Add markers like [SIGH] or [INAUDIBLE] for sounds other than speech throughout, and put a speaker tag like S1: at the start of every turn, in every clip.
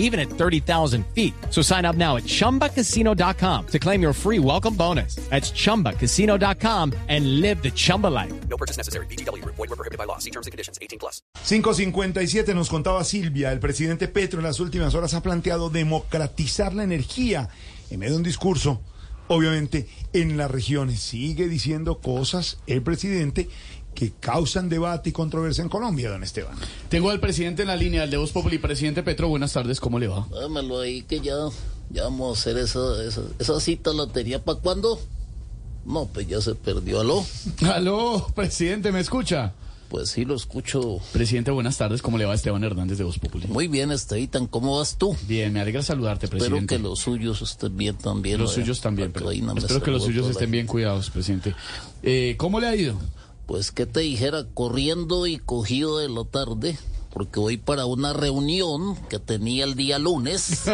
S1: even at 30,000 feet. So sign up now at ChumbaCasino.com to claim your free welcome bonus. That's ChumbaCasino.com and live the Chumba life.
S2: No purchase necessary. BGW. Void were prohibited by law. See terms and conditions. 18 plus.
S3: 557 nos contaba Silvia, el presidente Petro en las últimas horas ha planteado democratizar la energía en medio de un discurso, obviamente, en las regiones. Sigue diciendo cosas el presidente que causan debate y controversia en Colombia, don Esteban.
S4: Tengo al presidente en la línea, el de Voz Populi. Presidente Petro, buenas tardes, ¿cómo le va?
S5: Dámelo ahí que ya, ya vamos a hacer esa, esa, esa cita la tenía para cuándo. No, pues ya se perdió, aló.
S4: [LAUGHS] Aló, presidente, ¿me escucha?
S5: Pues sí, lo escucho
S4: Presidente, buenas tardes, ¿cómo le va Esteban Hernández de Voz Populi?
S5: muy bien, Esteban. ¿Cómo vas tú?
S4: Bien, me alegra saludarte,
S5: Espero
S4: presidente.
S5: que los suyos estén bien también.
S4: Los
S5: eh.
S4: suyos también,
S5: Porque
S4: pero-
S5: ahí no me
S4: espero que los
S5: saludó
S4: suyos
S5: por
S4: estén
S5: ahí.
S4: bien cuidados, presidente. Eh, ¿Cómo le ha ido?
S5: Pues que te dijera, corriendo y cogido de la tarde, porque voy para una reunión que tenía el
S4: [LAUGHS]
S5: día lunes.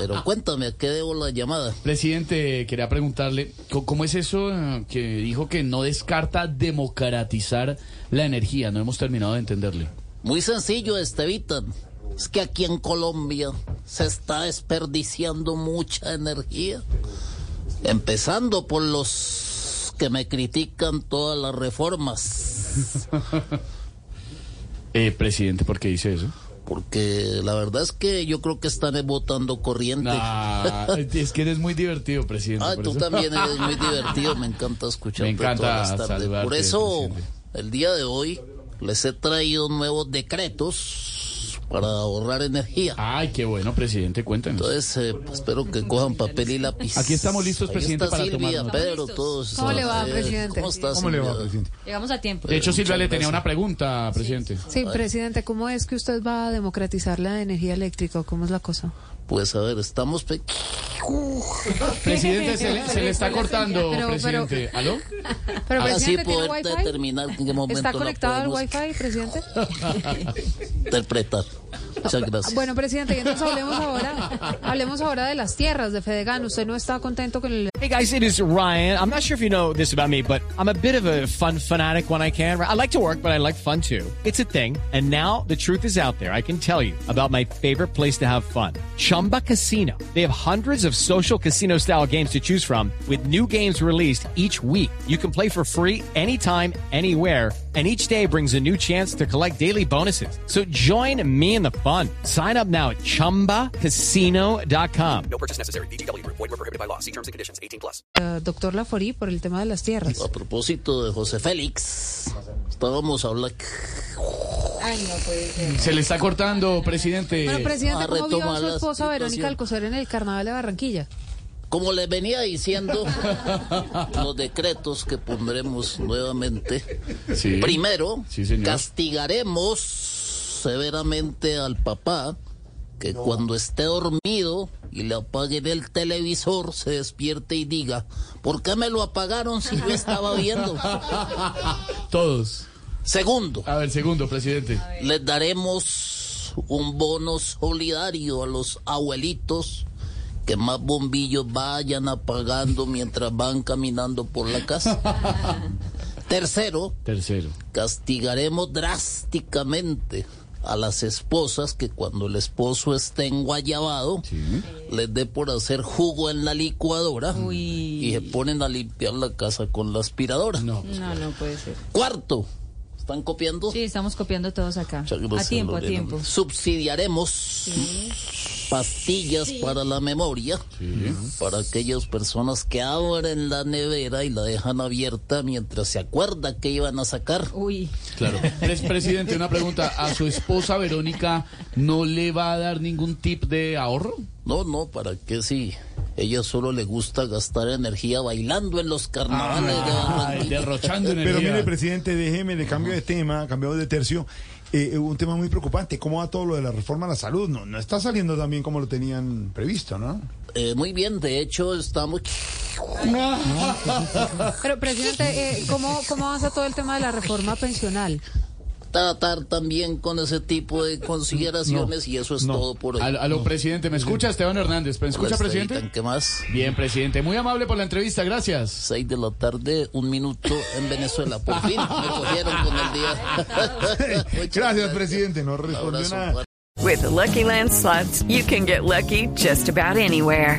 S5: pero cuéntame, ¿a qué debo la llamada?
S4: Presidente, quería preguntarle, ¿co- ¿cómo es eso eh, que dijo que no descarta democratizar la energía? No hemos terminado de entenderle.
S5: Muy sencillo, Estevitan. Es que aquí en Colombia se está desperdiciando mucha energía. Empezando por los que me critican todas las reformas.
S4: Eh, presidente, ¿por qué dice eso?
S5: Porque la verdad es que yo creo que están votando corriente. [LAUGHS]
S4: Ah, es que eres muy divertido, presidente.
S5: Ay,
S4: por
S5: tú
S4: eso.
S5: también
S4: [LAUGHS]
S5: eres muy divertido, me encanta escucharte
S4: Me encanta
S5: todas las tardes. Por
S4: saludarte,
S5: eso,
S4: presidente.
S5: el día de hoy les he traído nuevos decretos para ahorrar energía.
S4: Ay, qué bueno, presidente, cuéntanos.
S5: Entonces, eh, pues, espero que cojan papel y lápiz.
S4: Aquí estamos listos,
S5: Ahí
S4: presidente,
S5: está
S4: para
S5: Silvia,
S4: tomar nota.
S5: Pedro, todos.
S6: ¿Cómo le va,
S5: Eh,
S6: presidente?
S5: ¿Cómo está,
S3: ¿Cómo le va,
S5: Silvia?
S3: presidente?
S6: Llegamos a tiempo.
S4: de hecho,
S5: eh,
S4: Silvia
S5: muchas
S4: le tenía
S5: gracias.
S4: una pregunta, presidente.
S7: Sí, presidente, ¿cómo es que usted va a democratizar la energía eléctrica? o ¿Cómo es la cosa?
S5: Pues a ver, estamos... pe-
S4: Presidente, se
S7: [LAUGHS]
S4: le, se le está cortando,
S7: Pero, pero-
S4: presidente. ¿Aló?
S7: Pero,
S5: Ahora sí
S7: presidente,
S5: poder
S7: ¿tiene wifi?
S5: determinar en qué momento
S7: ¿Está
S5: la
S7: conectado al
S5: podemos
S7: wifi, presidente?
S5: interpretar. Muchas gracias.
S7: Bueno, presidente, y entonces hablemos ahora, hablemos ahora de las tierras de Fedegan. ¿Usted no está contento con el
S1: Hey guys, it is Ryan. I'm not sure if you know this about me, but I'm a bit of a fun fanatic when I can. I like to work, but I like fun too. It's a thing. And now the truth is out there. I can tell you about my favorite place to have fun Chumba Casino. They have hundreds of social casino style games to choose from, with new games released each week. You can play for free anytime, anywhere. And each day brings a new chance to collect daily bonuses. So join me in the fun. Sign up now at chumbacasino.com.
S2: No purchase necessary. BGW. Void were prohibited by law. See terms and conditions. 18 plus.
S7: eh, doctor Laforí por el tema de las tierras?
S5: A propósito de José Félix, estábamos hablando...
S4: Se le está cortando, presidente.
S7: Bueno,
S5: a
S7: presidente, ¿cómo vio a
S5: retomar
S7: su
S5: Ah, la
S7: esposa Verónica
S5: situación.
S7: Alcocer en el carnaval de Barranquilla?
S5: Como les venía diciendo, los decretos que pondremos nuevamente.
S4: Sí.
S5: Primero,
S4: Sí, señor.
S5: castigaremos severamente al papá que cuando esté dormido y le apaguen el televisor se despierte y diga, ¿por qué me lo apagaron si yo estaba
S4: [LAUGHS]
S5: viendo?
S4: Ah, Todos.
S5: Segundo,
S4: A ver, segundo, presidente.
S5: les daremos un bono solidario a los abuelitos que más bombillos vayan apagando mientras van caminando por la
S4: [LAUGHS]
S5: casa. Tercero,
S4: Tercero.
S5: castigaremos drásticamente a las esposas que cuando el esposo esté enguayabado les dé por hacer jugo en la licuadora y se ponen a limpiar la casa con la aspiradora.
S4: No.
S6: No, no puede ser.
S5: Cuarto, ¿están copiando?
S6: Sí, estamos copiando todos acá.
S5: Muchas
S6: A
S5: gracias,
S6: tiempo, a
S5: Lorena.
S6: tiempo.
S5: Subsidiaremos pastillas para la memoria para aquellas personas que abren la nevera y la dejan abierta mientras se acuerda que iban a sacar.
S6: Uy,
S4: Claro. Pres- presidente, una pregunta. ¿A su esposa Verónica no le va a dar ningún tip de ahorro?
S5: No, no, ¿para qué sí? Ella solo le gusta gastar energía bailando en los carnavales de
S4: Ay,
S5: Barranquilla.
S4: derrochando energía.
S3: Pero mire, presidente, déjeme, le cambio de tema, cambiamos de tercio. Eh, un tema muy preocupante, ¿cómo va todo lo de la reforma a la salud? No, no está saliendo tan bien como lo tenían previsto, ¿no?
S5: Eh, muy bien, de hecho estamos...
S7: Pero, presidente, eh, ¿cómo, ¿cómo avanza todo el tema de la reforma pensional?
S5: tratar también con ese tipo de consideraciones y eso es
S3: no.
S5: todo por hoy.
S4: A, a lo presidente, ¿me escucha Esteban Hernández? ¿Me escucha,
S7: Pues
S5: Las
S4: presidente?
S5: dedican, ¿Qué más?
S4: Bien, presidente. Muy amable por la entrevista, gracias.
S5: 6 de la tarde, un minuto en Venezuela. Por fin me cogieron con el
S4: [LAUGHS]
S5: día. Muchas
S3: Gracias, presidente. No respondió
S5: Abrazo
S3: nada.
S5: fuerte.
S8: With the Lucky Land slots, you can get lucky just about anywhere.